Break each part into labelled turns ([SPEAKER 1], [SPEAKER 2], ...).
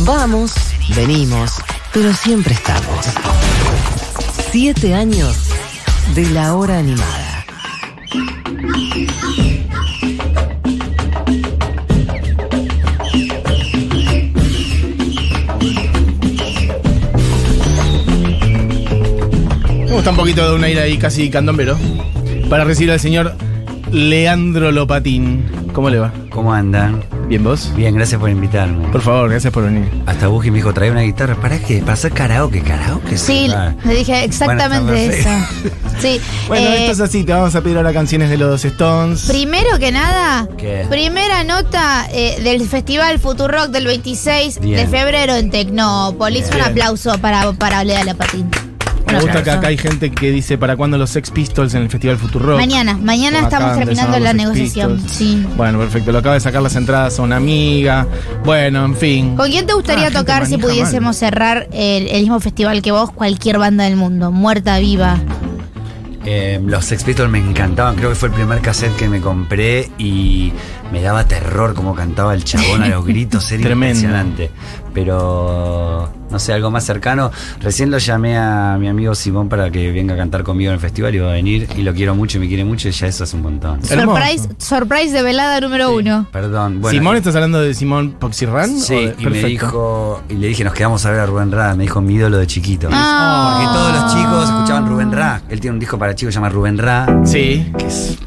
[SPEAKER 1] Vamos, venimos, pero siempre estamos. Siete años de la hora animada.
[SPEAKER 2] Me gusta un poquito de un aire ahí casi candombero. Para recibir al señor Leandro Lopatín. ¿Cómo le va?
[SPEAKER 3] ¿Cómo andan?
[SPEAKER 2] ¿Bien vos?
[SPEAKER 3] Bien, gracias por invitarme.
[SPEAKER 2] Por favor, gracias por venir.
[SPEAKER 3] Hasta Buji me dijo, trae una guitarra. ¿Para qué? ¿Para hacer karaoke? ¿Karaoke?
[SPEAKER 4] Sí,
[SPEAKER 3] Ah.
[SPEAKER 4] le dije exactamente
[SPEAKER 3] Bueno,
[SPEAKER 4] eso.
[SPEAKER 3] está
[SPEAKER 4] Sí.
[SPEAKER 2] Bueno,
[SPEAKER 4] eh,
[SPEAKER 2] esto es así, te vamos a pedir ahora canciones de los Stones.
[SPEAKER 4] Primero que nada,
[SPEAKER 3] ¿Qué?
[SPEAKER 4] primera nota eh, del Festival Futurock del 26 de
[SPEAKER 3] Bien.
[SPEAKER 4] febrero en Tecnópolis.
[SPEAKER 2] Bien.
[SPEAKER 4] Un aplauso para, para Lea Lapatín. Un
[SPEAKER 2] Me gusta que
[SPEAKER 4] aplauso.
[SPEAKER 2] acá hay gente que dice para cuándo los Sex Pistols en el Festival Futuro.
[SPEAKER 4] Mañana, mañana estamos terminando la negociación. Sí.
[SPEAKER 2] Bueno, perfecto. Lo acaba de sacar las entradas a una amiga. Bueno, en fin.
[SPEAKER 4] ¿Con quién te gustaría
[SPEAKER 2] Ah, gente
[SPEAKER 4] tocar si
[SPEAKER 2] manija
[SPEAKER 4] pudiésemos cerrar el, el mismo festival que vos? Cualquier banda del mundo, muerta viva.
[SPEAKER 3] Eh, los Sex Pistols me encantaban. Creo que fue el primer cassette que me compré y me daba terror como cantaba el chabón a los gritos. Era
[SPEAKER 2] Tremendo.
[SPEAKER 3] impresionante. Pero, no sé, algo más cercano. Recién lo llamé a mi amigo Simón para que venga a cantar conmigo en el festival y va a venir. Y lo quiero mucho y me quiere mucho y ya eso es un montón.
[SPEAKER 2] Hermoso.
[SPEAKER 4] Surprise, surprise de velada número uno.
[SPEAKER 3] Perdón. Bueno,
[SPEAKER 2] Simón,
[SPEAKER 3] y-
[SPEAKER 2] ¿estás hablando de Simón Poxirran?
[SPEAKER 3] Sí,
[SPEAKER 2] ¿O de-
[SPEAKER 3] y me dijo, y le dije, nos quedamos a ver a Rubén Ra, me dijo mi ídolo de chiquito.
[SPEAKER 2] Oh,
[SPEAKER 4] Ah.
[SPEAKER 3] Porque todos los chicos escuchaban Rubén Ra. Él tiene un disco para chicos que se llama Rubén Ra,
[SPEAKER 2] Sí.
[SPEAKER 3] que es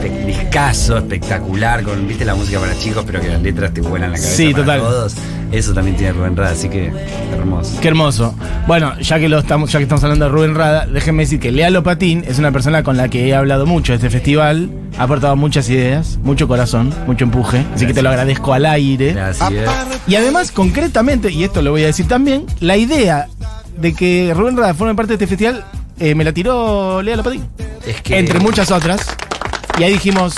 [SPEAKER 3] espe- discazo, espectacular, con, viste la música para chicos, pero que las letras te vuelan la cabeza.
[SPEAKER 2] Sí,
[SPEAKER 3] para
[SPEAKER 2] total.
[SPEAKER 3] Todos. Eso también tiene Rubén Ra, así que hermoso.
[SPEAKER 2] Qué hermoso. Bueno, ya que lo estamos, ya que estamos hablando de Rubén Rada, déjenme decir que Lea Lopatín es una persona con la que he hablado mucho de este festival, ha aportado muchas ideas, mucho corazón, mucho empuje, así que te lo agradezco al aire.
[SPEAKER 3] Gracias.
[SPEAKER 2] Y además, concretamente, y esto lo voy a decir también, la idea de que Rubén Rada forme parte de este festival eh, me la tiró Lea Lopatín,
[SPEAKER 3] Es que,
[SPEAKER 2] entre muchas otras, y ahí dijimos,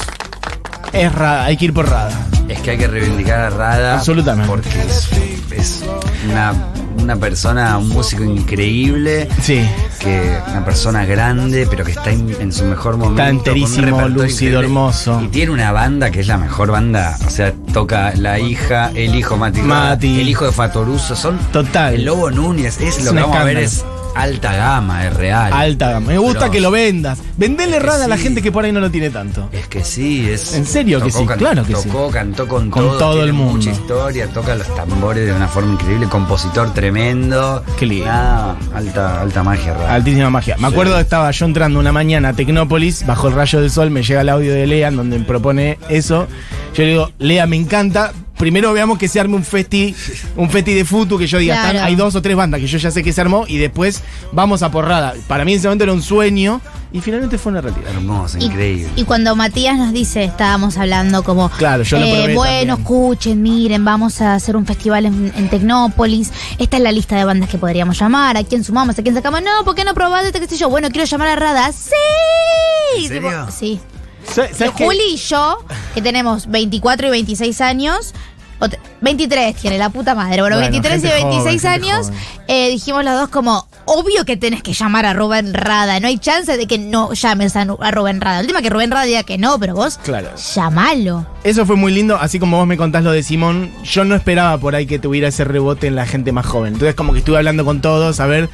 [SPEAKER 2] es Rada, hay que ir por Rada.
[SPEAKER 3] Es que hay que reivindicar a Rada.
[SPEAKER 2] Absolutamente.
[SPEAKER 3] Porque es, es una, una persona, un músico increíble.
[SPEAKER 2] Sí.
[SPEAKER 3] que una persona grande, pero que está en, en su mejor momento. con un
[SPEAKER 2] enterísimo,
[SPEAKER 3] repertorio
[SPEAKER 2] lúcido,
[SPEAKER 3] increíble.
[SPEAKER 2] hermoso.
[SPEAKER 3] Y tiene una banda que es la mejor banda. O sea, toca la hija, el hijo Mati,
[SPEAKER 2] Mati.
[SPEAKER 3] el hijo de Fatoruso. Son
[SPEAKER 2] Total.
[SPEAKER 3] El Lobo Núñez. Es,
[SPEAKER 2] Es
[SPEAKER 3] lo
[SPEAKER 2] un
[SPEAKER 3] que vamos a ver, es
[SPEAKER 2] escándalo.
[SPEAKER 3] alta gama, es real.
[SPEAKER 2] Alta gama. Me gusta
[SPEAKER 3] Pero-
[SPEAKER 2] que lo vendas. Vendele
[SPEAKER 3] Que
[SPEAKER 2] Rada a la
[SPEAKER 3] sí.
[SPEAKER 2] gente que por ahí no lo tiene tanto.
[SPEAKER 3] Es que sí, es.
[SPEAKER 2] En serio que sí, claro que
[SPEAKER 3] tocó, Tocó, cantó con,
[SPEAKER 2] Con
[SPEAKER 3] todos,
[SPEAKER 2] todo el
[SPEAKER 3] tiene
[SPEAKER 2] mundo.
[SPEAKER 3] Mucha historia, toca los tambores de una forma increíble, compositor tremendo.
[SPEAKER 2] Qué lindo.
[SPEAKER 3] Nada, alta, alta magia, Rada.
[SPEAKER 2] Altísima magia. Me
[SPEAKER 3] Sí.
[SPEAKER 2] acuerdo, estaba yo entrando una mañana a Tecnópolis, bajo el rayo del sol, me llega el audio de Lea, en donde me propone eso. Yo le digo, Lea, me encanta. Primero veamos que se arme un festi, un festi de futu, que yo diga,
[SPEAKER 4] Claro.
[SPEAKER 2] "Están- hay dos o tres bandas que yo ya sé que se armó, y después vamos a porrada. Para mí en ese momento era un sueño, y finalmente fue una realidad.
[SPEAKER 3] Hermoso,
[SPEAKER 4] Y-
[SPEAKER 3] increíble.
[SPEAKER 4] Y, cuando Matías nos dice, estábamos hablando como, eh,
[SPEAKER 2] Claro, yo lo probé
[SPEAKER 4] bueno,
[SPEAKER 2] también".
[SPEAKER 4] escuchen, miren, vamos a hacer un festival en, en Tecnópolis, esta es la lista de bandas que podríamos llamar, a quién sumamos, a quién sacamos, no, ¿por qué no probás este qué sé yo? Bueno, quiero llamar a Rada, sí.
[SPEAKER 3] ¿En serio?
[SPEAKER 4] Tipo, Sí.
[SPEAKER 2] Sa- ¿sabes
[SPEAKER 4] Y
[SPEAKER 2] qué?
[SPEAKER 4] Juli y yo, que tenemos 24 y 26 años, o te- 23 tiene la puta madre, bueno,
[SPEAKER 2] Bueno,
[SPEAKER 4] 23 y
[SPEAKER 2] gente
[SPEAKER 4] 26
[SPEAKER 2] joven, gente
[SPEAKER 4] años,
[SPEAKER 2] joven.
[SPEAKER 4] eh, dijimos los dos como, obvio que tenés que llamar a Rubén Rada, no hay chance de que no llames a, Nu- a Rubén Rada. El tema es que Rubén Rada diga que no, pero vos,
[SPEAKER 2] Claro.
[SPEAKER 4] llamalo.
[SPEAKER 2] Eso fue muy lindo, así como vos me contás lo de Simón, yo no esperaba por ahí que tuviera ese rebote en la gente más joven. Entonces como que estuve hablando con todos, a ver,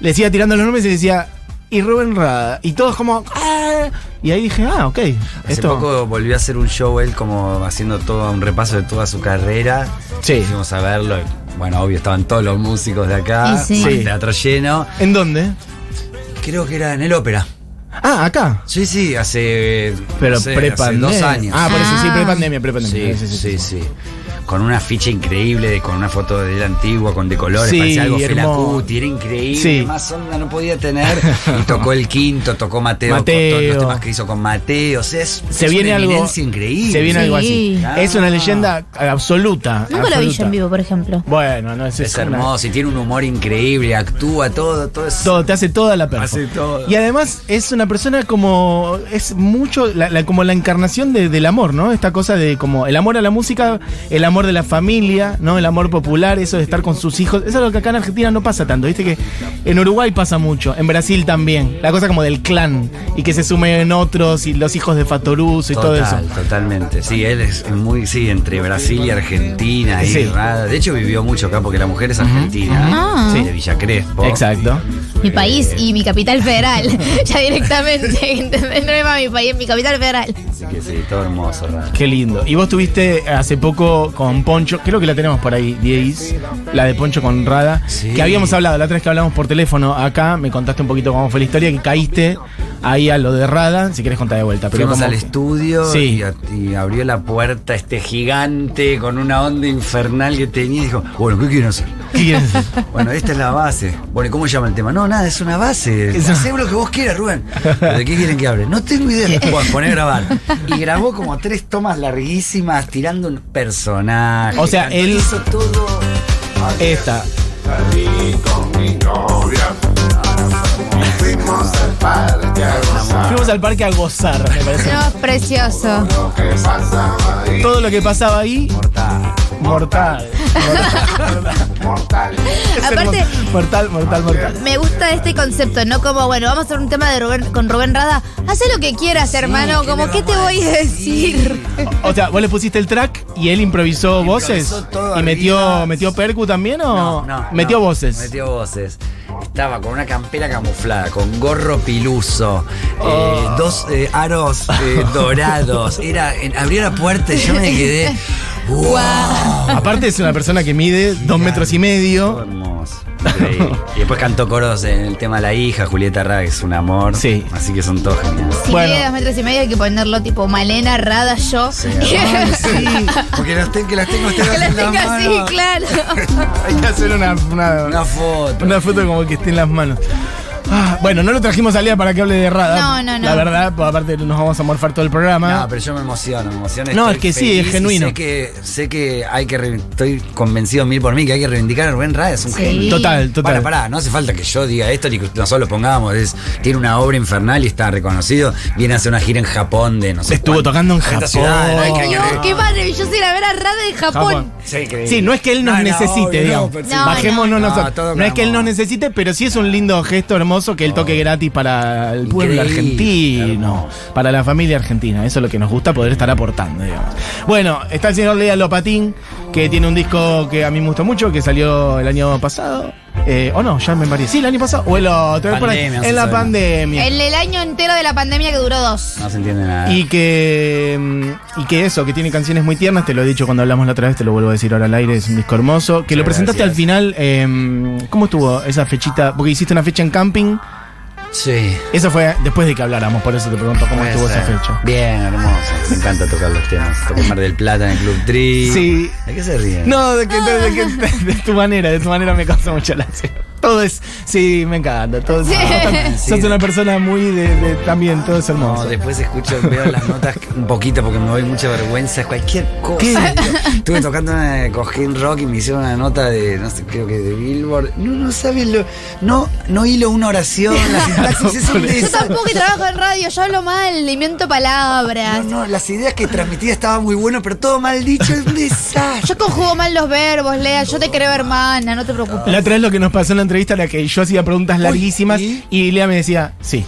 [SPEAKER 2] les iba tirando los nombres y decía, y Rubén Rada, y todos como, "Ah". y ahí dije, ah, ok,
[SPEAKER 3] Hace
[SPEAKER 2] esto...
[SPEAKER 3] poco volvió a hacer un show él como haciendo todo un repaso de toda su carrera.
[SPEAKER 2] Sí.
[SPEAKER 3] Fuimos a verlo. y, Bueno, obvio, estaban todos los músicos de acá.
[SPEAKER 4] Sí, sí.
[SPEAKER 3] con el
[SPEAKER 2] Sí.
[SPEAKER 3] teatro lleno.
[SPEAKER 2] ¿En dónde?
[SPEAKER 3] Creo que era en el ópera.
[SPEAKER 2] Ah, acá.
[SPEAKER 3] Sí, sí, hace.
[SPEAKER 2] Pero
[SPEAKER 3] no sé, hace
[SPEAKER 2] prepandemia.
[SPEAKER 3] dos años.
[SPEAKER 2] Ah, por eso sí,
[SPEAKER 4] Ah.
[SPEAKER 2] prepandemia, prepandemia.
[SPEAKER 3] sí, sí, sí, Con una ficha increíble, de- con una foto de él antigua, con de colores,
[SPEAKER 2] Sí,
[SPEAKER 3] parecía algo
[SPEAKER 2] hermoso.
[SPEAKER 3] Felacuti, era increíble,
[SPEAKER 2] Sí.
[SPEAKER 3] más onda no podía tener. Y tocó el quinto, tocó Mateo, con todos
[SPEAKER 2] Mateo.
[SPEAKER 3] los temas que hizo con Mateo. O sea, es,
[SPEAKER 2] Se
[SPEAKER 3] es
[SPEAKER 2] viene
[SPEAKER 3] una
[SPEAKER 2] algo...
[SPEAKER 3] eminencia increíble.
[SPEAKER 2] Se viene algo así.
[SPEAKER 4] Sí.
[SPEAKER 2] Es una leyenda absoluta.
[SPEAKER 4] Nunca lo vi yo
[SPEAKER 2] absoluta.
[SPEAKER 4] en vivo, por ejemplo.
[SPEAKER 2] Bueno, no es
[SPEAKER 3] Es
[SPEAKER 2] una-
[SPEAKER 3] hermoso y tiene un humor increíble, actúa todo, todo es.
[SPEAKER 2] Todo, te hace toda la persona.
[SPEAKER 3] Hace todo.
[SPEAKER 2] Y además es una persona como. Es mucho. la- la- como la encarnación de- del amor, ¿no? Esta cosa de como el amor a la música, el amor de la familia, ¿no? El amor popular, eso de estar con sus hijos. Eso es lo que acá en Argentina no pasa tanto, viste que en Uruguay pasa mucho, en Brasil también. La cosa como del clan y que se sumen otros y los hijos de Fatoruso y todo eso.
[SPEAKER 3] Total, Totalmente. Sí, él es muy, sí, entre Brasil y Argentina. y
[SPEAKER 2] Sí.
[SPEAKER 3] Rada. De hecho, vivió mucho acá porque la mujer es argentina. ¿eh?
[SPEAKER 4] Ah.
[SPEAKER 3] Sí, de Villa Crespo.
[SPEAKER 2] Exacto.
[SPEAKER 4] Mi país y mi capital federal. ya directamente, ¿entendés? No es más mi país, es mi capital federal.
[SPEAKER 3] Así que sí, todo hermoso, Rada.
[SPEAKER 2] Qué lindo. Y vos tuviste hace poco con Poncho, creo que la tenemos por ahí, 10, la de Poncho con Rada,
[SPEAKER 3] Sí.
[SPEAKER 2] que habíamos hablado, la otra vez que hablamos por teléfono acá, me contaste un poquito cómo fue la historia, que caíste ahí a lo de Rada, si querés contar de vuelta. Pero
[SPEAKER 3] Fuimos
[SPEAKER 2] como-
[SPEAKER 3] al estudio
[SPEAKER 2] Sí.
[SPEAKER 3] y a- y, abrió la puerta este gigante con una onda infernal que tenía y dijo, bueno, ¿qué quieren hacer?
[SPEAKER 2] ¿Qué quieres decir?
[SPEAKER 3] Bueno, esta es la base. Bueno, ¿y cómo llama el tema? No, nada, es una base.
[SPEAKER 2] Eso.
[SPEAKER 3] Hacemos lo que vos quieras, Rubén. ¿Pero ¿De qué quieren que hable? No tengo idea. Bueno, poné a grabar. Y grabó como tres tomas larguísimas tirando un personaje.
[SPEAKER 2] O sea, él-
[SPEAKER 3] hizo todo.
[SPEAKER 2] Esta. Fuimos al parque a gozar, me parece.
[SPEAKER 4] No, es precioso.
[SPEAKER 2] Todo lo que pasaba ahí,
[SPEAKER 3] Cortá.
[SPEAKER 2] mortal. Es
[SPEAKER 4] Aparte-
[SPEAKER 2] hermoso. mortal, mortal, mortal.
[SPEAKER 4] Me gusta este concepto, ¿no? Como, bueno, vamos a hacer un tema de Rubén, con Rubén Rada. Haz lo que quieras, hermano.
[SPEAKER 3] ¿qué
[SPEAKER 4] como,
[SPEAKER 3] le
[SPEAKER 4] ¿qué
[SPEAKER 3] vamos
[SPEAKER 4] te
[SPEAKER 3] a
[SPEAKER 4] voy a decir?
[SPEAKER 2] O sea, vos le pusiste el track y él improvisó, voces
[SPEAKER 3] todo
[SPEAKER 2] y metió
[SPEAKER 3] arriba.
[SPEAKER 2] metió percu también
[SPEAKER 3] No,
[SPEAKER 2] o
[SPEAKER 3] no,
[SPEAKER 2] metió
[SPEAKER 3] no.
[SPEAKER 2] voces.
[SPEAKER 3] Metió voces. Estaba con una campera camuflada, con gorro piluso, eh,
[SPEAKER 2] Oh.
[SPEAKER 3] dos eh, aros eh, dorados. Era, en- abrió la puerta y yo me quedé. ¡Wow!
[SPEAKER 2] Aparte es una persona que mide dos metros y
[SPEAKER 3] Todo
[SPEAKER 2] medio.
[SPEAKER 3] hermoso. Increíble. Y después cantó coros en el tema La hija, Julieta Rá, que es un amor.
[SPEAKER 2] Sí.
[SPEAKER 3] Así que son todos geniales.
[SPEAKER 4] Si
[SPEAKER 2] Bueno.
[SPEAKER 4] mide dos metros y medio hay que ponerlo tipo Malena, Rada, yo.
[SPEAKER 3] Ay, sí, porque las, ten- que las tengo ustedes
[SPEAKER 4] que la
[SPEAKER 3] en la
[SPEAKER 4] tenga así,
[SPEAKER 3] mano.
[SPEAKER 4] claro.
[SPEAKER 2] Hay que hacer una,
[SPEAKER 3] Una foto.
[SPEAKER 2] Una foto como que esté en las manos. Ah, bueno, no lo trajimos a Lea para que hable de Rada.
[SPEAKER 4] No, no, no.
[SPEAKER 2] La verdad, pues, aparte nos vamos a morfar todo el programa.
[SPEAKER 3] No, pero yo me emociono, me emociono.
[SPEAKER 2] No,
[SPEAKER 3] estoy
[SPEAKER 2] es que sí, es
[SPEAKER 3] feliz y
[SPEAKER 2] genuino.
[SPEAKER 3] Sé que, sé que hay que. re- Estoy convencido mil por mí que hay que reivindicar a Rubén Rada, es un
[SPEAKER 4] Sí.
[SPEAKER 3] genio.
[SPEAKER 2] Total, total.
[SPEAKER 3] Para, pará, no hace falta que yo diga esto ni que nosotros lo pongamos. Es, tiene una obra infernal y está reconocido. Viene a hacer una gira en Japón de no sé.
[SPEAKER 2] Estuvo
[SPEAKER 3] cuánto-
[SPEAKER 2] tocando en
[SPEAKER 3] cuántas
[SPEAKER 2] Japón.
[SPEAKER 3] ciudades, hay que- hay que-
[SPEAKER 4] Dios, qué maravilloso ir a ver a Rada en
[SPEAKER 2] Japón.
[SPEAKER 4] Japón.
[SPEAKER 3] Sí, que-
[SPEAKER 2] Sí, no es que él nos
[SPEAKER 3] No, no,
[SPEAKER 2] necesite,
[SPEAKER 3] obvio,
[SPEAKER 2] digamos.
[SPEAKER 3] no, pero
[SPEAKER 4] sí. No,
[SPEAKER 2] Bajémonos
[SPEAKER 3] no.
[SPEAKER 2] nosotros.
[SPEAKER 3] No, todo
[SPEAKER 2] No, es que él
[SPEAKER 3] con
[SPEAKER 2] nos
[SPEAKER 3] amor.
[SPEAKER 2] necesite, pero sí es un lindo gesto hermoso que él toque gratis para el pueblo
[SPEAKER 3] Increíble,
[SPEAKER 2] argentino,
[SPEAKER 3] hermoso.
[SPEAKER 2] para la familia argentina. Eso es lo que nos gusta poder estar aportando, digamos. Bueno, está el señor Lea Lopatín, que tiene un disco que a mí me gusta mucho, que salió el año pasado. Eh, o no, ya me mareé. Sí, el año pasado. O el otro. por ahí,
[SPEAKER 3] Pandemia, no
[SPEAKER 2] en
[SPEAKER 3] se
[SPEAKER 2] la
[SPEAKER 3] sabe.
[SPEAKER 2] pandemia.
[SPEAKER 4] El, el año entero de la pandemia que duró dos.
[SPEAKER 3] No se entiende nada.
[SPEAKER 2] Y que, mm, y que eso, que tiene canciones muy tiernas, te lo he dicho cuando hablamos la otra vez, te lo vuelvo a decir ahora al aire, es un disco hermoso. Que lo
[SPEAKER 3] Muchas
[SPEAKER 2] presentaste
[SPEAKER 3] gracias.
[SPEAKER 2] al final, em, ¿cómo estuvo esa fechita? Porque hiciste una fecha en camping,
[SPEAKER 3] Sí.
[SPEAKER 2] esa fue después de que habláramos, por eso te pregunto cómo
[SPEAKER 3] Puede
[SPEAKER 2] estuvo esa
[SPEAKER 3] ser.
[SPEAKER 2] fecha.
[SPEAKER 3] Bien, hermoso. Me encanta tocar los temas. Tocar Mar del Plata en el Club Tri.
[SPEAKER 2] Sí.
[SPEAKER 3] ¿De qué se ríen?
[SPEAKER 2] No, de, que, de, que- de tu manera, de tu manera me causa mucha gracia. Todo es, sí, me encanta, todo es,
[SPEAKER 3] Sí.
[SPEAKER 2] sos una persona muy de, de- también, todo es hermoso.
[SPEAKER 3] No, después escucho, veo las notas un poquito porque me doy mucha vergüenza, cualquier cosa. Estuve tocando una de Cojín Rock y me hicieron una nota de, no sé, creo que de Billboard. No, no sabes lo. No, no hilo una oración, la sintaxis es un
[SPEAKER 4] Yo
[SPEAKER 3] desastre.
[SPEAKER 4] tampoco que trabajo en radio, yo hablo mal, invento
[SPEAKER 3] No,
[SPEAKER 4] palabras.
[SPEAKER 3] no, las ideas que transmitía estaban muy buenas, pero todo mal dicho es un desastre.
[SPEAKER 4] Yo conjugo mal los verbos, Lea, yo te creo hermana, no te preocupes.
[SPEAKER 2] La otra vez lo que nos pasó en la entrevista era que yo hacía preguntas larguísimas
[SPEAKER 3] ¿y?
[SPEAKER 2] y Lea me decía, sí.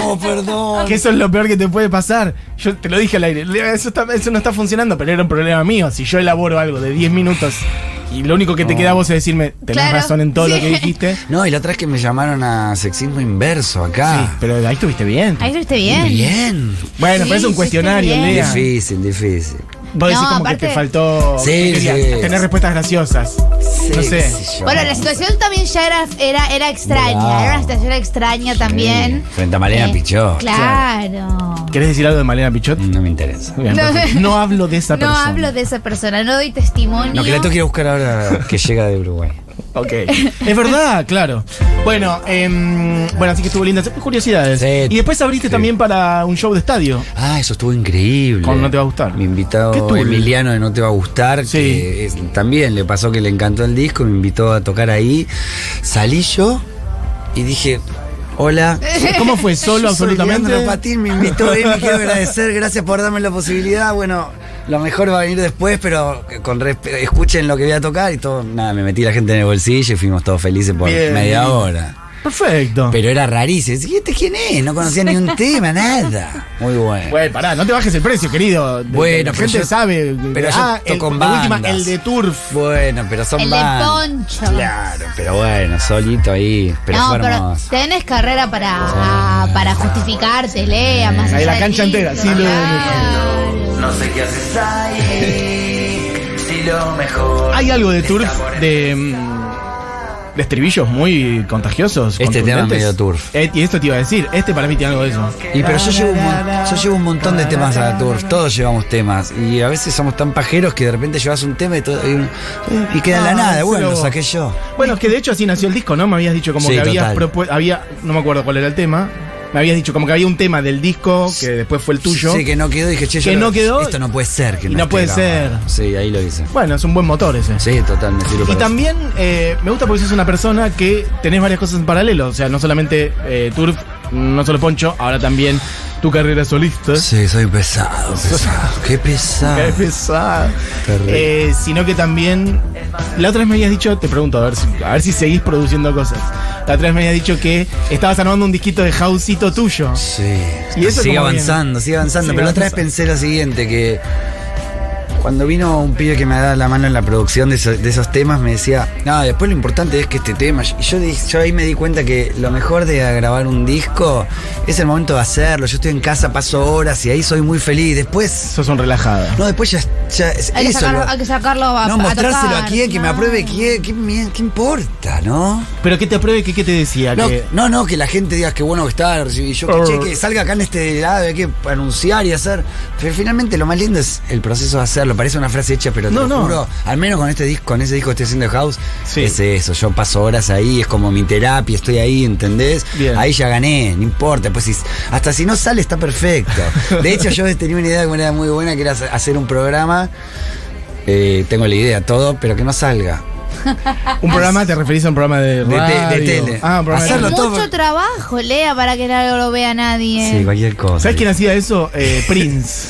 [SPEAKER 3] No, perdón.
[SPEAKER 2] Que eso es lo peor que te puede pasar. Yo te lo dije al aire. Leo, Eso, está- eso no está funcionando, pero era un problema mío. Si yo elaboro algo de 10 minutos y lo único que te queda a vos es decirme, tenés
[SPEAKER 4] Claro,
[SPEAKER 2] razón en todo lo
[SPEAKER 4] sí.
[SPEAKER 2] que dijiste. Sí,
[SPEAKER 3] No, y la otra es que me llamaron a sexismo inverso acá.
[SPEAKER 2] pero ahí estuviste bien.
[SPEAKER 4] Ah. Ahí estuviste bien.
[SPEAKER 3] Bien.
[SPEAKER 2] Bueno, pero es
[SPEAKER 4] Sí,
[SPEAKER 2] un
[SPEAKER 4] hiciste
[SPEAKER 2] cuestionario,
[SPEAKER 4] bien.
[SPEAKER 2] Lea.
[SPEAKER 3] Difícil, difícil.
[SPEAKER 2] Vos decís
[SPEAKER 4] No,
[SPEAKER 2] como que
[SPEAKER 4] aparte-
[SPEAKER 2] te faltó
[SPEAKER 3] Sí,
[SPEAKER 2] que
[SPEAKER 3] sí.
[SPEAKER 2] querías tener respuestas graciosas. No sé.
[SPEAKER 3] Sexy, yo.
[SPEAKER 4] Bueno, la situación también ya era, era, era extraña,
[SPEAKER 3] Bravo.
[SPEAKER 4] era una situación extraña también. Eh,
[SPEAKER 3] Frente a Malena Pichot.
[SPEAKER 4] Claro.
[SPEAKER 2] ¿Querés decir algo de Malena Pichot?
[SPEAKER 3] No me interesa.
[SPEAKER 2] Bien,
[SPEAKER 4] No.
[SPEAKER 2] perfecto. no hablo de esa
[SPEAKER 4] No
[SPEAKER 2] persona.
[SPEAKER 4] hablo de esa persona, no doy testimonio.
[SPEAKER 3] No, que la tengo que ir a buscar ahora que llega de Uruguay.
[SPEAKER 2] Ok. Es verdad, claro. Bueno, em, bueno, así que estuvo linda. Curiosidades.
[SPEAKER 3] Sí.
[SPEAKER 2] Y después abriste
[SPEAKER 3] Sí.
[SPEAKER 2] también para un show de estadio.
[SPEAKER 3] Ah, eso estuvo increíble.
[SPEAKER 2] Con No Te Va a Gustar.
[SPEAKER 3] Mi
[SPEAKER 2] ¿Qué
[SPEAKER 3] invitado
[SPEAKER 2] estuvo?
[SPEAKER 3] Emiliano de No Te Va a Gustar,
[SPEAKER 2] Sí.
[SPEAKER 3] que es- también le pasó que le encantó el disco, me invitó a tocar ahí. Salí yo y dije, hola.
[SPEAKER 2] ¿Cómo fue? ¿Solo
[SPEAKER 3] Yo soy
[SPEAKER 2] Eh, absolutamente?
[SPEAKER 3] Leandro Patín me invitó él, me quiero agradecer, gracias por darme la posibilidad. Bueno, lo mejor va a venir después, pero con resp- escuchen lo que voy a tocar y todo. Nada, me metí la gente en el bolsillo y fuimos todos felices por
[SPEAKER 2] Bien.
[SPEAKER 3] media hora.
[SPEAKER 2] Perfecto.
[SPEAKER 3] Pero era rarísimo. ¿Y este quién es? No conocía ni un tema, nada. Muy bueno.
[SPEAKER 2] Güey, pará, no te bajes el precio, querido. De-
[SPEAKER 3] Bueno,
[SPEAKER 2] la
[SPEAKER 3] pero
[SPEAKER 2] gente
[SPEAKER 3] yo-
[SPEAKER 2] sabe. ah,
[SPEAKER 3] pero yo
[SPEAKER 2] el,
[SPEAKER 3] toco en
[SPEAKER 2] la última,
[SPEAKER 3] bandas.
[SPEAKER 2] el de Turf.
[SPEAKER 3] Bueno, pero son
[SPEAKER 4] El de
[SPEAKER 3] bandas.
[SPEAKER 4] Poncho.
[SPEAKER 3] Claro, pero bueno, solito ahí. Pero
[SPEAKER 4] no,
[SPEAKER 3] fue
[SPEAKER 4] pero
[SPEAKER 3] hermoso.
[SPEAKER 4] tenés carrera para, para justificarte, Lea, más
[SPEAKER 2] Ahí
[SPEAKER 4] allá
[SPEAKER 2] la
[SPEAKER 4] del
[SPEAKER 2] cancha entera,
[SPEAKER 4] título,
[SPEAKER 2] sí, lo-
[SPEAKER 4] claro.
[SPEAKER 3] No sé qué haces ahí. Si lo mejor.
[SPEAKER 2] Hay algo de Turf de. mm, De estribillos muy contagiosos.
[SPEAKER 3] Este tema es
[SPEAKER 2] contundentes.
[SPEAKER 3] medio Turf.
[SPEAKER 2] Eh, y esto te iba a decir. Este para mí tiene algo de eso.
[SPEAKER 3] Y pero yo llevo, un, mon- yo llevo un montón de temas a la tour, todos llevamos temas. Y a veces somos tan pajeros que de repente llevas un tema y, todo, y, y queda en la
[SPEAKER 2] Ah,
[SPEAKER 3] nada. Bueno,
[SPEAKER 2] pero-
[SPEAKER 3] lo saqué yo.
[SPEAKER 2] Bueno, es que de hecho así nació el disco, ¿no? Me habías dicho como
[SPEAKER 3] Sí,
[SPEAKER 2] que habías
[SPEAKER 3] total.
[SPEAKER 2] propuesto. Había. No me acuerdo cuál era el tema. Me habías dicho como que había un tema del disco que después fue el tuyo.
[SPEAKER 3] Sí, que no quedó. Dije, che, yo
[SPEAKER 2] Que
[SPEAKER 3] lo-
[SPEAKER 2] no quedó.
[SPEAKER 3] Esto no puede ser. Que
[SPEAKER 2] Y no
[SPEAKER 3] esté
[SPEAKER 2] puede
[SPEAKER 3] grabado.
[SPEAKER 2] ser.
[SPEAKER 3] Sí, ahí lo hice.
[SPEAKER 2] Bueno, es un buen motor ese.
[SPEAKER 3] Sí, total, me sirve
[SPEAKER 2] Y
[SPEAKER 3] para
[SPEAKER 2] también eh, me gusta porque sos una persona que tenés varias cosas en paralelo. O sea, no solamente eh, Turf, no solo Poncho, ahora también tu carrera solista.
[SPEAKER 3] eso. Sí, soy pesado, pesado. Qué pesado.
[SPEAKER 2] Qué pesado.
[SPEAKER 3] Terrible.
[SPEAKER 2] Eh, sino que también. La otra vez me habías dicho, te pregunto, a ver si, a ver si seguís produciendo cosas. La otra vez me habías dicho que estabas armando un disquito de houseito tuyo.
[SPEAKER 3] Sí.
[SPEAKER 2] Y eso
[SPEAKER 3] sigue
[SPEAKER 2] como
[SPEAKER 3] avanzando, sigue avanzando.
[SPEAKER 2] Sigue
[SPEAKER 3] pero la otra vez
[SPEAKER 2] avanzando.
[SPEAKER 3] pensé lo siguiente, que cuando vino un pibe que me da la mano en la producción de, eso- de esos temas, me decía, no, después lo importante es que este tema. Y yo, di- yo ahí me di cuenta que lo mejor de grabar un disco es el momento de hacerlo. Yo estoy en casa, paso horas y ahí soy muy feliz. Después.
[SPEAKER 2] Sos un relajado.
[SPEAKER 3] No, después ya. ya es
[SPEAKER 4] Hay que,
[SPEAKER 3] eso,
[SPEAKER 4] sacarlo,
[SPEAKER 3] lo-
[SPEAKER 4] hay que sacarlo a
[SPEAKER 3] no,
[SPEAKER 4] a
[SPEAKER 3] mostrárselo
[SPEAKER 4] tocar,
[SPEAKER 3] a quien, que me
[SPEAKER 4] claro.
[SPEAKER 3] apruebe quién, qué, mie- qué importa, ¿no?
[SPEAKER 2] Pero que te apruebe que, que te decía.
[SPEAKER 3] No,
[SPEAKER 2] que, Oh.
[SPEAKER 3] no, no, que la gente diga que bueno que está, y yo que, che, que salga acá en este lado, hay que anunciar y hacer. Pero finalmente lo más lindo es el proceso de hacerlo. Parece una frase hecha, pero te
[SPEAKER 2] No,
[SPEAKER 3] lo
[SPEAKER 2] no.
[SPEAKER 3] juro, al menos con este disco, con ese disco que estoy haciendo de House,
[SPEAKER 2] Sí.
[SPEAKER 3] es eso. Yo paso horas ahí, es como mi terapia, estoy ahí, ¿entendés?
[SPEAKER 2] Bien.
[SPEAKER 3] Ahí ya gané, no importa. Pues si, hasta si no sale, está perfecto. De hecho, yo tenía una idea que era muy buena, que era hacer un programa. eh, tengo la idea, todo, pero que no salga.
[SPEAKER 2] un programa, te referís a un programa de
[SPEAKER 3] Ah, de
[SPEAKER 2] radio.
[SPEAKER 3] tele.
[SPEAKER 2] Ah, un programa de
[SPEAKER 3] Hacerlo
[SPEAKER 2] tele.
[SPEAKER 4] Mucho
[SPEAKER 3] todo-
[SPEAKER 4] trabajo, Lea, para que no lo vea nadie.
[SPEAKER 3] Sí, cualquier cosa.
[SPEAKER 2] ¿Sabes quién hacía eso? Eh, Prince.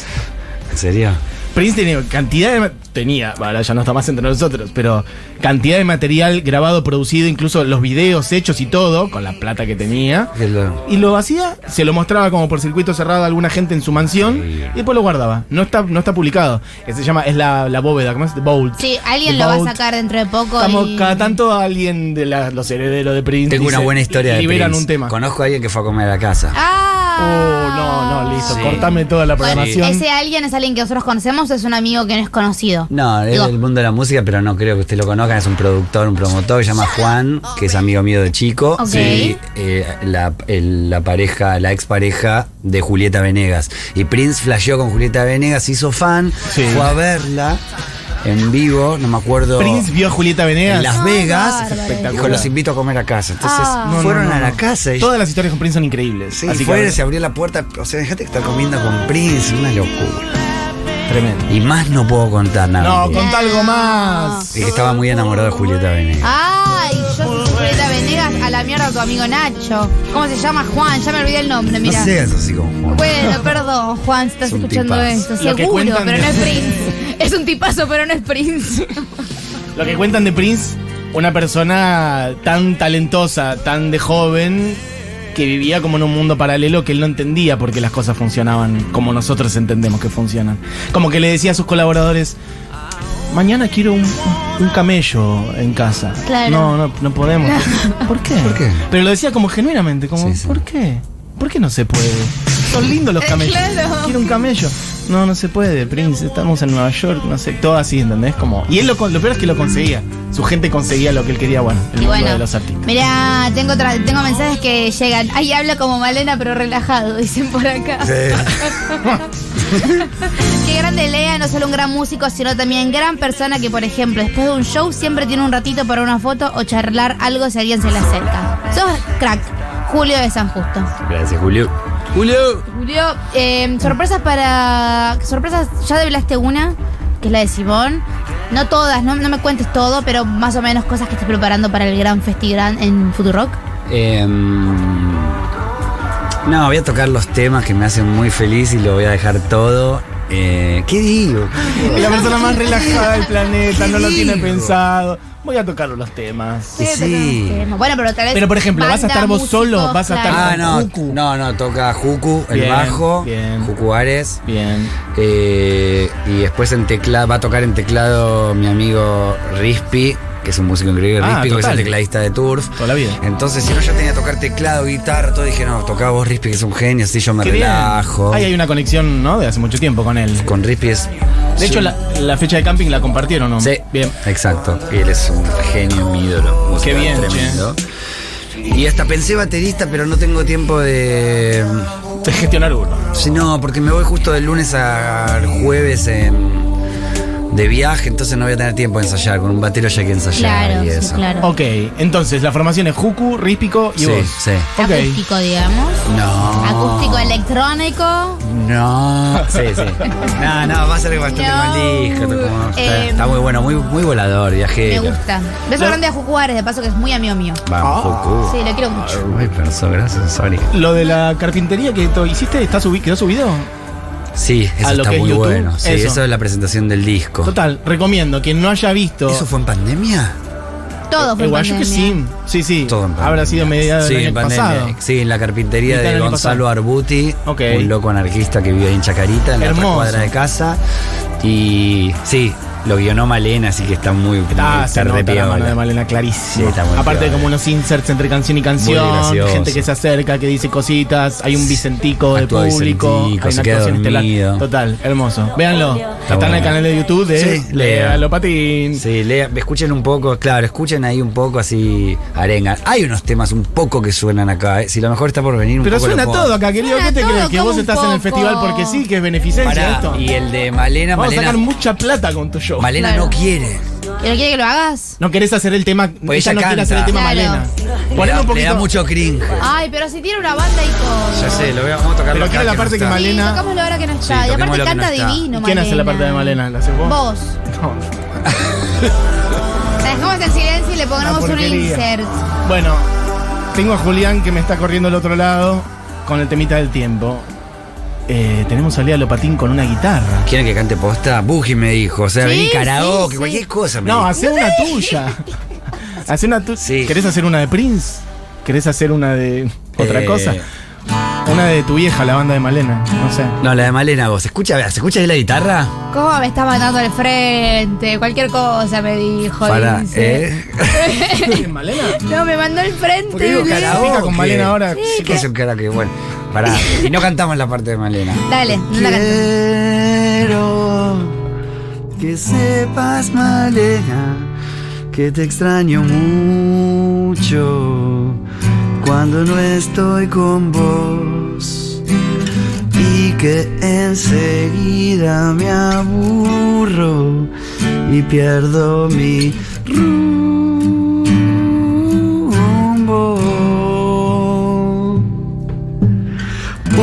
[SPEAKER 3] ¿En serio?
[SPEAKER 2] Prince tenía cantidad de. ma- Tenía, ahora ya no está más entre nosotros, pero cantidad de material grabado, producido, incluso los videos hechos y todo, con la plata que tenía.
[SPEAKER 3] Que lo-
[SPEAKER 2] Y lo hacía, se lo mostraba como por circuito cerrado a alguna gente en su mansión
[SPEAKER 3] Sí.
[SPEAKER 2] y después lo guardaba. No está, no está publicado. Eh, Se llama, es la, la bóveda, ¿cómo es? The Vault.
[SPEAKER 4] Sí, alguien
[SPEAKER 2] The
[SPEAKER 4] lo va a
[SPEAKER 2] Vault.
[SPEAKER 4] sacar dentro de poco.
[SPEAKER 2] Estamos,
[SPEAKER 4] y-
[SPEAKER 2] cada tanto alguien de la- los herederos de Prince.
[SPEAKER 3] Tengo una
[SPEAKER 2] dice,
[SPEAKER 3] buena historia de
[SPEAKER 2] Liberan
[SPEAKER 3] Prince.
[SPEAKER 2] un tema.
[SPEAKER 3] Conozco a alguien que fue a comer a la casa.
[SPEAKER 2] Oh,
[SPEAKER 4] Ah.
[SPEAKER 2] no, no, listo.
[SPEAKER 3] Sí.
[SPEAKER 2] Cortame toda la
[SPEAKER 4] Bueno,
[SPEAKER 2] programación.
[SPEAKER 4] ese alguien es alguien que nosotros conocemos, o es un amigo que no es conocido.
[SPEAKER 3] No, es
[SPEAKER 4] Digo,
[SPEAKER 3] del mundo de la música, pero no creo que usted lo conozcan. Es un productor, un promotor que se llama Juan, que es amigo mío de chico.
[SPEAKER 4] Ok.
[SPEAKER 3] Y eh, la, el- la pareja, la expareja de Julieta Venegas. Y Prince flasheó con Julieta Venegas, se hizo fan,
[SPEAKER 2] Sí.
[SPEAKER 3] fue a verla en vivo, no me acuerdo.
[SPEAKER 2] Prince vio a Julieta Venegas.
[SPEAKER 3] en Las
[SPEAKER 4] Ah,
[SPEAKER 3] Vegas,
[SPEAKER 4] bárbaro.
[SPEAKER 3] dijo, los invito a comer a casa. Entonces
[SPEAKER 4] Ah. No,
[SPEAKER 2] No,
[SPEAKER 3] fueron
[SPEAKER 2] no, no,
[SPEAKER 3] a la
[SPEAKER 2] no.
[SPEAKER 3] casa y
[SPEAKER 2] Todas las historias con Prince son increíbles.
[SPEAKER 3] Sí,
[SPEAKER 2] Así
[SPEAKER 3] fue,
[SPEAKER 2] que
[SPEAKER 3] se abrió la puerta. O sea, dejate que estar comiendo con Prince, una locura.
[SPEAKER 2] tremendo.
[SPEAKER 3] Y más no puedo contar nada.
[SPEAKER 2] No,
[SPEAKER 3] mentira.
[SPEAKER 2] contá algo más.
[SPEAKER 3] Es que estaba muy enamorado de Julieta
[SPEAKER 4] Ah,
[SPEAKER 3] Venegas.
[SPEAKER 4] Ay, yo soy Julieta Venegas, a la mierda tu amigo Nacho. ¿Cómo se llama Juan? Ya me olvidé el nombre,
[SPEAKER 3] no
[SPEAKER 4] mira.
[SPEAKER 3] seas así como Juan.
[SPEAKER 4] Bueno, perdón, Juan, si estás
[SPEAKER 3] Es un
[SPEAKER 4] escuchando
[SPEAKER 3] tipazo.
[SPEAKER 4] esto.
[SPEAKER 2] Lo que
[SPEAKER 4] Seguro,
[SPEAKER 2] cuentan
[SPEAKER 4] pero
[SPEAKER 2] de-
[SPEAKER 4] no es Prince. Es un tipazo, pero no es Prince.
[SPEAKER 2] Lo que cuentan de Prince, una persona tan talentosa, tan de joven, que vivía como en un mundo paralelo que él no entendía por qué las cosas funcionaban como nosotros entendemos que funcionan. Como que le decía a sus colaboradores, mañana quiero un, un camello en casa.
[SPEAKER 4] Claro.
[SPEAKER 2] No, no, no podemos. ¿Por qué?
[SPEAKER 3] ¿Por qué?
[SPEAKER 2] Pero lo decía como genuinamente, como,
[SPEAKER 3] Sí, sí.
[SPEAKER 2] ¿por qué? ¿Por qué no se puede? Son lindos los
[SPEAKER 4] Eh,
[SPEAKER 2] camellos.
[SPEAKER 4] claro.
[SPEAKER 2] Quiero un camello. No, no se puede, Prince. Estamos en Nueva York, no sé, todo así, ¿entendés? Como, y él lo, con- lo peor es que lo conseguía. Su gente conseguía lo que él quería, bueno, el
[SPEAKER 4] Y
[SPEAKER 2] mundo
[SPEAKER 4] bueno,
[SPEAKER 2] de los artistas.
[SPEAKER 4] mirá, tengo, otra- tengo mensajes que llegan. Ay, habla como Malena, pero relajado, dicen por acá. Qué grande Lea, no solo un gran músico, sino también gran persona que, por ejemplo, después de un show siempre tiene un ratito para una foto o charlar algo si alguien se le acerca. Sos crack, Julio de San Justo.
[SPEAKER 3] Gracias, Julio. Julio.
[SPEAKER 4] Julio, eh, sorpresas para... Sorpresas, ya develaste una, que es la de Simón. No todas, no, no me cuentes todo, pero más o menos cosas que estés preparando para el gran festival en Futurock.
[SPEAKER 3] Em, no, voy a tocar los temas que me hacen muy feliz y lo voy a dejar todo. Eh, ¿Qué digo?
[SPEAKER 2] Es la persona más relajada del planeta,
[SPEAKER 3] ¿Qué
[SPEAKER 2] no lo tiene
[SPEAKER 3] digo?
[SPEAKER 2] pensado. Voy a tocar los temas.
[SPEAKER 3] Y sí.
[SPEAKER 4] Bueno, pero tal vez.
[SPEAKER 2] Pero, por ejemplo, ¿vas a estar vos solo? ¿Vas a estar
[SPEAKER 3] Ah, no,
[SPEAKER 2] Juku.
[SPEAKER 3] no, no, toca Juku, el
[SPEAKER 2] Bien,
[SPEAKER 3] bajo,
[SPEAKER 2] bien.
[SPEAKER 3] Juku Ares.
[SPEAKER 2] Bien.
[SPEAKER 3] Eh, y después en teclado, va a tocar en teclado mi amigo Rispi, que es un músico increíble,
[SPEAKER 2] Ah,
[SPEAKER 3] Rispi, que es el
[SPEAKER 2] total.
[SPEAKER 3] tecladista de Turf.
[SPEAKER 2] Toda la vida.
[SPEAKER 3] Entonces, si no, yo tenía que tocar teclado, guitarra, todo, dije, no, tocaba vos Rispi, que es un genio, así yo me
[SPEAKER 2] Qué bien.
[SPEAKER 3] relajo.
[SPEAKER 2] Ahí hay una conexión, ¿no? De hace mucho tiempo con él.
[SPEAKER 3] Con Rispi es.
[SPEAKER 2] De hecho, la, la fecha de camping la compartieron, ¿no?
[SPEAKER 3] Sí,
[SPEAKER 2] Bien.
[SPEAKER 3] Exacto. Y él es un genio, mi ídolo. musical
[SPEAKER 2] bien, che.
[SPEAKER 3] tremendo. Y hasta pensé baterista, pero no tengo tiempo de.
[SPEAKER 2] De gestionar uno.
[SPEAKER 3] Sí, no, porque me voy justo del lunes al jueves en- de viaje, entonces no voy a tener tiempo de ensayar. Con un batero ya hay que ensayar
[SPEAKER 2] Ah,
[SPEAKER 4] Claro,
[SPEAKER 3] y
[SPEAKER 4] sí,
[SPEAKER 3] eso.
[SPEAKER 4] claro.
[SPEAKER 2] Ok, entonces la formación es Juku, Ríspico y
[SPEAKER 3] Sí,
[SPEAKER 2] vos.
[SPEAKER 3] sí.
[SPEAKER 2] Ok.
[SPEAKER 4] Acústico, digamos.
[SPEAKER 3] No.
[SPEAKER 4] Acústico electrónico.
[SPEAKER 3] No. Sí, sí. No, no, va a ser bastante
[SPEAKER 4] No.
[SPEAKER 3] más lijo. como- está,
[SPEAKER 4] Eh,
[SPEAKER 3] está muy bueno, muy, muy volador, viaje.
[SPEAKER 4] Me gusta. Beso grande a Jujuares, de paso que es muy amigo mío.
[SPEAKER 3] Vamos,
[SPEAKER 2] Ah.
[SPEAKER 3] Jucu.
[SPEAKER 4] Sí, lo quiero mucho.
[SPEAKER 3] Ay, pero so- gracias, sorry.
[SPEAKER 2] Lo de la carpintería que to- hiciste está subi- quedó subido.
[SPEAKER 3] Sí, eso
[SPEAKER 2] A lo
[SPEAKER 3] está
[SPEAKER 2] que es
[SPEAKER 3] muy
[SPEAKER 2] YouTube,
[SPEAKER 3] bueno. Sí,
[SPEAKER 2] eso.
[SPEAKER 3] eso. es la presentación del disco.
[SPEAKER 2] Total, recomiendo quien no haya visto.
[SPEAKER 3] Oh. ¿Eso fue en pandemia? Ah,
[SPEAKER 4] Todo
[SPEAKER 3] eh,
[SPEAKER 4] fue en
[SPEAKER 2] Igual yo que
[SPEAKER 4] pandemia.
[SPEAKER 2] sí. Sí, sí.
[SPEAKER 3] Todo en pandemia.
[SPEAKER 2] Habrá sido mediados
[SPEAKER 3] sí,
[SPEAKER 2] del
[SPEAKER 3] en
[SPEAKER 2] año
[SPEAKER 3] pandemia.
[SPEAKER 2] pasado.
[SPEAKER 3] Sí, en la carpintería
[SPEAKER 2] Mitad del
[SPEAKER 3] de
[SPEAKER 2] año
[SPEAKER 3] Gonzalo
[SPEAKER 2] pasado.
[SPEAKER 3] Arbuti,
[SPEAKER 2] Ok.
[SPEAKER 3] un loco anarquista que vive ahí en Chacarita, en la
[SPEAKER 2] Hermoso.
[SPEAKER 3] otra cuadra de casa. Y sí, lo guionó Malena, así que está muy
[SPEAKER 2] Está,
[SPEAKER 3] muy-
[SPEAKER 2] Ah, se
[SPEAKER 3] re
[SPEAKER 2] nota la
[SPEAKER 3] piola.
[SPEAKER 2] mano de Malena clarísimo.
[SPEAKER 3] eh, Sí, está muy
[SPEAKER 2] Aparte de
[SPEAKER 3] piola.
[SPEAKER 2] como unos inserts entre canción y canción,
[SPEAKER 3] gracioso.
[SPEAKER 2] gente que se acerca, que dice cositas, hay un Vicentico de
[SPEAKER 3] Actúa
[SPEAKER 2] público,
[SPEAKER 3] Vicentico,
[SPEAKER 2] hay
[SPEAKER 3] se
[SPEAKER 2] una
[SPEAKER 3] queda
[SPEAKER 2] actuación estelar.
[SPEAKER 3] dormido.
[SPEAKER 2] Total, hermoso. Véanlo. Está, en el
[SPEAKER 3] bueno.
[SPEAKER 2] canal de YouTube de
[SPEAKER 3] Sí,
[SPEAKER 2] Lea
[SPEAKER 3] lea.
[SPEAKER 2] Lopatín.
[SPEAKER 3] Sí, lea- escuchen un poco, claro, escuchen ahí un poco así arenga. Hay unos temas un poco que suenan acá, eh. si lo mejor está por venir un
[SPEAKER 2] Pero
[SPEAKER 3] poco lo
[SPEAKER 2] suena
[SPEAKER 3] puedo-
[SPEAKER 2] todo acá, querido.
[SPEAKER 4] Suena
[SPEAKER 2] ¿Qué te
[SPEAKER 4] todo
[SPEAKER 2] crees? Que
[SPEAKER 4] como
[SPEAKER 2] vos
[SPEAKER 4] un
[SPEAKER 2] estás en el
[SPEAKER 4] poco.
[SPEAKER 2] festival porque sí, que es beneficencia
[SPEAKER 3] Pará,
[SPEAKER 2] esto.
[SPEAKER 3] y el de Malena,
[SPEAKER 2] Vamos a
[SPEAKER 3] Malena,
[SPEAKER 2] sacar mucha plata con tu show.
[SPEAKER 3] Malena
[SPEAKER 4] Claro.
[SPEAKER 3] no quiere.
[SPEAKER 4] ¿Pero quiere que lo hagas?
[SPEAKER 2] No querés hacer el tema.
[SPEAKER 3] Pues
[SPEAKER 2] ella
[SPEAKER 3] ella
[SPEAKER 2] no quiere
[SPEAKER 3] canta.
[SPEAKER 2] hacer el tema
[SPEAKER 4] Claro.
[SPEAKER 2] Malena.
[SPEAKER 3] Le
[SPEAKER 2] Poneme
[SPEAKER 3] da,
[SPEAKER 2] un
[SPEAKER 3] le
[SPEAKER 2] poquito.
[SPEAKER 3] da mucho cringe.
[SPEAKER 4] Ay, pero si tiene una banda y todo.
[SPEAKER 3] Ya sé, lo veo, vamos a tocar
[SPEAKER 2] Pero quiero la parte que Malena-
[SPEAKER 4] Sí, tocámoslo ahora que no está.
[SPEAKER 3] Sí,
[SPEAKER 4] y
[SPEAKER 3] toquémoslo
[SPEAKER 4] aparte
[SPEAKER 3] que no
[SPEAKER 4] canta
[SPEAKER 3] está.
[SPEAKER 4] divino,
[SPEAKER 2] ¿Quién hace la parte de Malena? ¿La haces vos?
[SPEAKER 4] Vos.
[SPEAKER 2] No.
[SPEAKER 4] La dejamos en silencio y le pongamos
[SPEAKER 2] Una
[SPEAKER 4] un
[SPEAKER 2] porquería.
[SPEAKER 4] insert.
[SPEAKER 2] Bueno, tengo a Julián que me está corriendo al otro lado con el temita del tiempo. Eh, tenemos a Lea Lopatín con una guitarra.
[SPEAKER 3] ¿Quieren que cante posta? Buji me dijo. O sea,
[SPEAKER 4] Sí,
[SPEAKER 3] vení
[SPEAKER 4] sí,
[SPEAKER 3] karaoke,
[SPEAKER 4] sí.
[SPEAKER 3] cualquier cosa. me
[SPEAKER 2] No,
[SPEAKER 3] dijo.
[SPEAKER 2] hace una tuya. hace una tuya.
[SPEAKER 3] Sí.
[SPEAKER 2] ¿Querés hacer una de Prince? ¿Querés hacer una de otra
[SPEAKER 3] Eh.
[SPEAKER 2] cosa? Una de tu vieja, la banda de Malena. No sé.
[SPEAKER 3] No, la de Malena, vos. ¿Escucha, ¿Se escucha ahí la guitarra?
[SPEAKER 4] ¿Cómo me está mandando al frente? Cualquier cosa me dijo.
[SPEAKER 3] Para,
[SPEAKER 4] dice.
[SPEAKER 3] ¿eh?
[SPEAKER 2] ¿Malena?
[SPEAKER 4] No, me mandó al frente.
[SPEAKER 3] Porque digo
[SPEAKER 4] dice.
[SPEAKER 3] karaoke.
[SPEAKER 2] Pica con Malena ahora.
[SPEAKER 3] Sí, que es un karaoke, bueno. Pará. Y no cantamos la parte de Malena.
[SPEAKER 4] Dale, no la canto.
[SPEAKER 3] Quiero que sepas, Malena, que te extraño mucho cuando no estoy con vos y que enseguida me aburro y pierdo mi rumbo.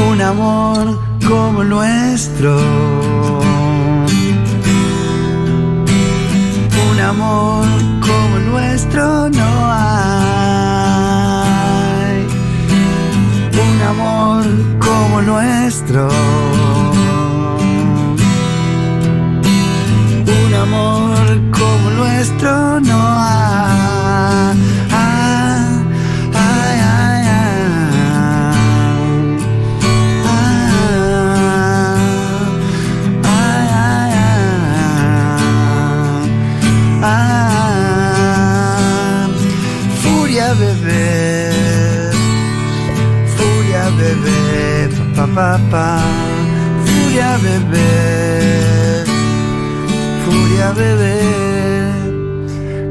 [SPEAKER 3] Un amor como el nuestro. Un amor como el nuestro no hay. Un amor como el nuestro. Un amor como el nuestro no Ah, hay. Ay, ay, ay. Furia bebé, furia bebé, pa pa pa, furia bebé, furia bebé.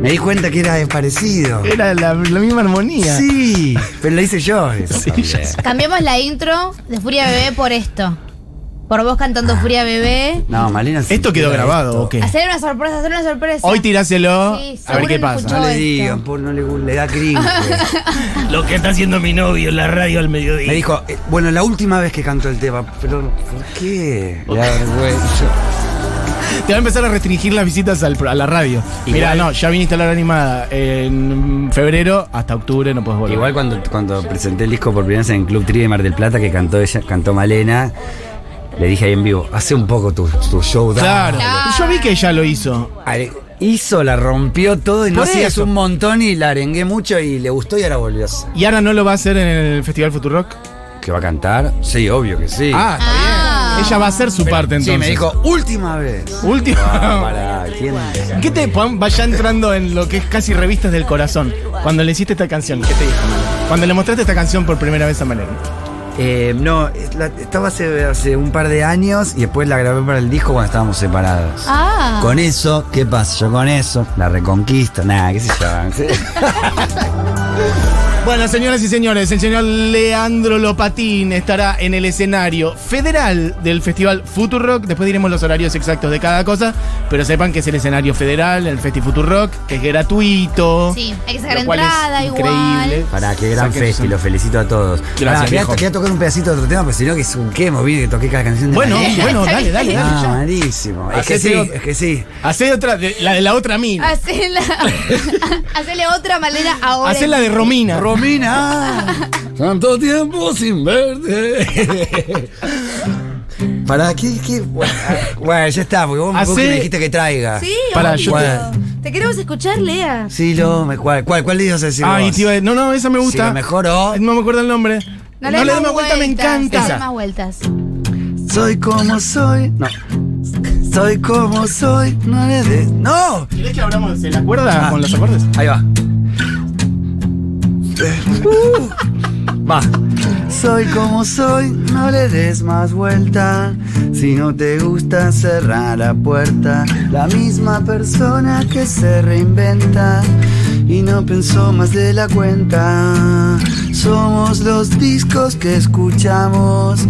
[SPEAKER 3] Me di cuenta que era parecido.
[SPEAKER 2] Era la, la misma armonía.
[SPEAKER 3] Sí, pero lo hice yo. eh, eso también.
[SPEAKER 4] Cambiamos la intro de Furia Bebé por esto. Por vos cantando Furia Bebé.
[SPEAKER 3] No, Malena. se
[SPEAKER 2] ¿Esto quedó
[SPEAKER 3] entera de
[SPEAKER 2] grabado
[SPEAKER 3] esto.
[SPEAKER 2] o Ah. qué?
[SPEAKER 4] Hacer una sorpresa, hacer una sorpresa.
[SPEAKER 2] Hoy tiráselo
[SPEAKER 4] Sí,
[SPEAKER 2] a ver
[SPEAKER 4] seguro
[SPEAKER 2] qué
[SPEAKER 4] no
[SPEAKER 2] pasa.
[SPEAKER 4] escuchó.
[SPEAKER 3] No le
[SPEAKER 4] esto.
[SPEAKER 3] digan, por no le, gu- le da cringe. pues.
[SPEAKER 5] Lo que está haciendo mi novio en la radio al mediodía.
[SPEAKER 3] Me dijo, eh, bueno, la última vez que canto el tema, pero ¿por qué? Le da vergüenza.
[SPEAKER 2] Te va a empezar a restringir las visitas al pro- a la radio. Mira, no, ya viniste a la hora animada en febrero hasta octubre, no puedes volver.
[SPEAKER 3] Igual cuando, cuando presenté el disco por primera vez en Club Tri de Mar del Plata, que cantó ella, cantó Malena, Le dije ahí en vivo, hace un poco tu, tu show. dale".
[SPEAKER 2] Claro.
[SPEAKER 4] Claro.
[SPEAKER 2] Yo vi que ella lo hizo.
[SPEAKER 3] Ale- Hizo, la rompió todo y no
[SPEAKER 2] Por
[SPEAKER 3] hacías
[SPEAKER 2] eso.
[SPEAKER 3] un montón y la arengué mucho y le gustó y ahora volvió a hacer.
[SPEAKER 2] ¿Y ahora no lo va a hacer en el Festival Futurock?
[SPEAKER 3] ¿Que va a cantar? Sí, obvio que sí.
[SPEAKER 2] Ah, está bien. Ella va a hacer su parte entonces.
[SPEAKER 3] Sí, me dijo, última vez.
[SPEAKER 2] Último.
[SPEAKER 3] Ah, pará, ¿quién?
[SPEAKER 2] ¿Qué te pon- vaya entrando en lo que es casi revistas del corazón? Cuando le hiciste esta canción, ¿qué te dijo? Cuando le mostraste esta canción por primera vez a Manel.
[SPEAKER 3] Eh, no, es la- estaba hace, hace un par de años y después la grabé para el disco cuando estábamos separados.
[SPEAKER 4] Ah.
[SPEAKER 3] Con eso, ¿qué pasa? Yo con eso, la reconquisto, nada, qué sé yo. ¿eh?
[SPEAKER 2] Bueno, señoras y señores, el señor Leandro Lopatín estará en el escenario federal del festival Futurock. Después diremos los horarios exactos de cada cosa, pero sepan que es el escenario federal, el Festi Futurock, que es gratuito.
[SPEAKER 4] Sí, hay que sacar
[SPEAKER 2] lo cual es
[SPEAKER 4] entrada
[SPEAKER 2] increíble.
[SPEAKER 4] igual.
[SPEAKER 3] Pará, qué gran
[SPEAKER 2] Saquen
[SPEAKER 3] festi,
[SPEAKER 2] sus-
[SPEAKER 3] los felicito a todos.
[SPEAKER 2] Gracias,
[SPEAKER 3] Pará, quería,
[SPEAKER 2] viejo.
[SPEAKER 3] quería tocar un pedacito de otro tema, pero si no, que es un quemo, vi que toqué cada canción de
[SPEAKER 2] Bueno,
[SPEAKER 3] Maná.
[SPEAKER 2] bueno, dale, dale, dale.
[SPEAKER 3] Ah, malísimo. Es que
[SPEAKER 2] Hacete
[SPEAKER 3] sí,
[SPEAKER 2] otro.
[SPEAKER 3] es que sí.
[SPEAKER 4] Ah.
[SPEAKER 2] Hacé otra, de- la de la otra mina.
[SPEAKER 4] Hacela. Hacele otra Malena ahora.
[SPEAKER 2] Hacé la de Romina.
[SPEAKER 3] Romina, tanto tiempo sin verte. Para qué, qué? Bueno, bueno, ya está, porque vos, vos
[SPEAKER 2] Hacé-
[SPEAKER 3] que me dijiste que traiga.
[SPEAKER 4] Sí,
[SPEAKER 2] Pará,
[SPEAKER 4] obvio.
[SPEAKER 2] yo
[SPEAKER 3] te-
[SPEAKER 4] Te queremos escuchar, Lea.
[SPEAKER 3] Sí, lo, me- ¿cuál, cuál, cuál le ibas a decir
[SPEAKER 2] Ay,
[SPEAKER 3] vos?
[SPEAKER 2] tío, eh, no, no, esa me gusta. Eh,
[SPEAKER 3] Si lo mejoró.
[SPEAKER 2] No me acuerdo el nombre. No, le
[SPEAKER 4] des
[SPEAKER 2] demos vuelta, me
[SPEAKER 4] vueltas,
[SPEAKER 2] encanta.
[SPEAKER 4] No le
[SPEAKER 3] Esa.
[SPEAKER 4] des más vueltas.
[SPEAKER 3] Soy como soy. No. Soy como soy. No le des. ¡No!
[SPEAKER 2] ¿Querés que hablamos de la cuerda
[SPEAKER 3] Ah.
[SPEAKER 2] con los acordes?
[SPEAKER 3] Ahí va. Uh, va. Soy como soy, no le des más vuelta. Si no te gusta, cerrar la puerta. La misma persona que se reinventa y no pensó más de la cuenta. Somos los discos que escuchamos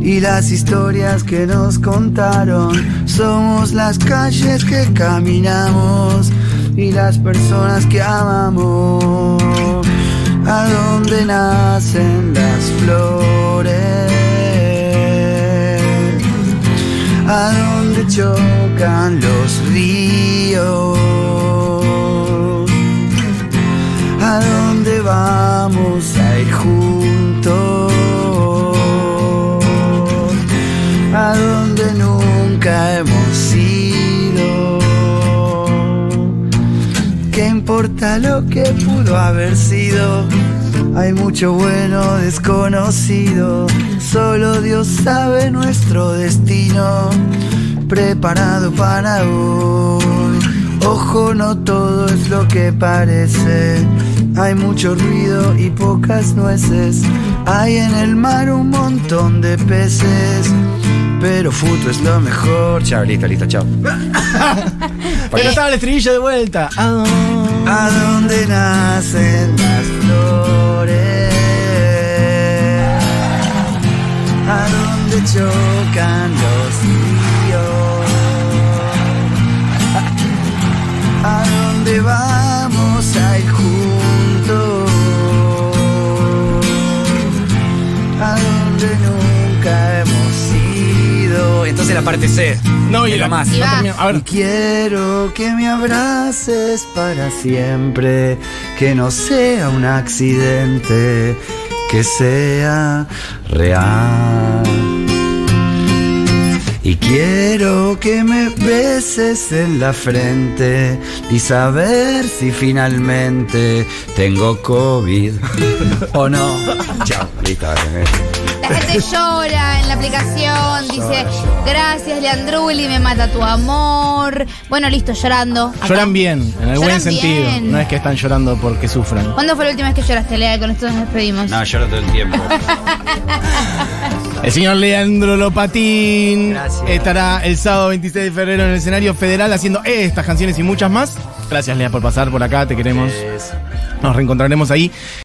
[SPEAKER 3] y las historias que nos contaron. Somos las calles que caminamos y las personas que amamos. A donde nacen las flores, a donde chocan los ríos, a donde vamos a ir juntos, a donde nunca hemos ido. ¿Qué importa lo que pudo haber sido? Hay mucho bueno desconocido, solo Dios sabe nuestro destino, preparado para hoy. Ojo, no todo es lo que parece, hay mucho ruido y pocas nueces, hay en el mar un montón de peces, pero futuro es lo mejor. Chao, listo, listo, chao.
[SPEAKER 2] Pero estaba el estribillo de vuelta. Ah.
[SPEAKER 3] a donde nacen las flores, a donde chocan los ríos, a donde vamos a ir juntos, a donde nunca hemos ido. Entonces la parte C.
[SPEAKER 2] No, y
[SPEAKER 3] Es
[SPEAKER 2] la
[SPEAKER 3] lo más.
[SPEAKER 2] no
[SPEAKER 4] Y va.
[SPEAKER 2] termina. A
[SPEAKER 3] Y
[SPEAKER 2] ver,
[SPEAKER 3] quiero que me abraces para siempre, que no sea un accidente, que sea real. Y quiero que me beses en la frente y saber si finalmente tengo COVID o no. Chao, listo. eh.
[SPEAKER 4] La gente llora en la aplicación, dice, gracias Leandruli, me mata tu amor. Bueno, listo, llorando. Acá.
[SPEAKER 2] lloran bien, en el
[SPEAKER 4] Lloran
[SPEAKER 2] buen sentido.
[SPEAKER 4] bien.
[SPEAKER 2] No es que están llorando porque sufran.
[SPEAKER 4] ¿Cuándo fue la última vez que lloraste, Lea? Y Con esto nos despedimos.
[SPEAKER 3] lloro todo el tiempo.
[SPEAKER 2] El señor Leandro Lopatín
[SPEAKER 3] Gracias.
[SPEAKER 2] estará el sábado 26 de febrero en el escenario federal haciendo estas canciones y muchas más. Gracias, Lea, por pasar por acá. Te queremos. Nos reencontraremos ahí.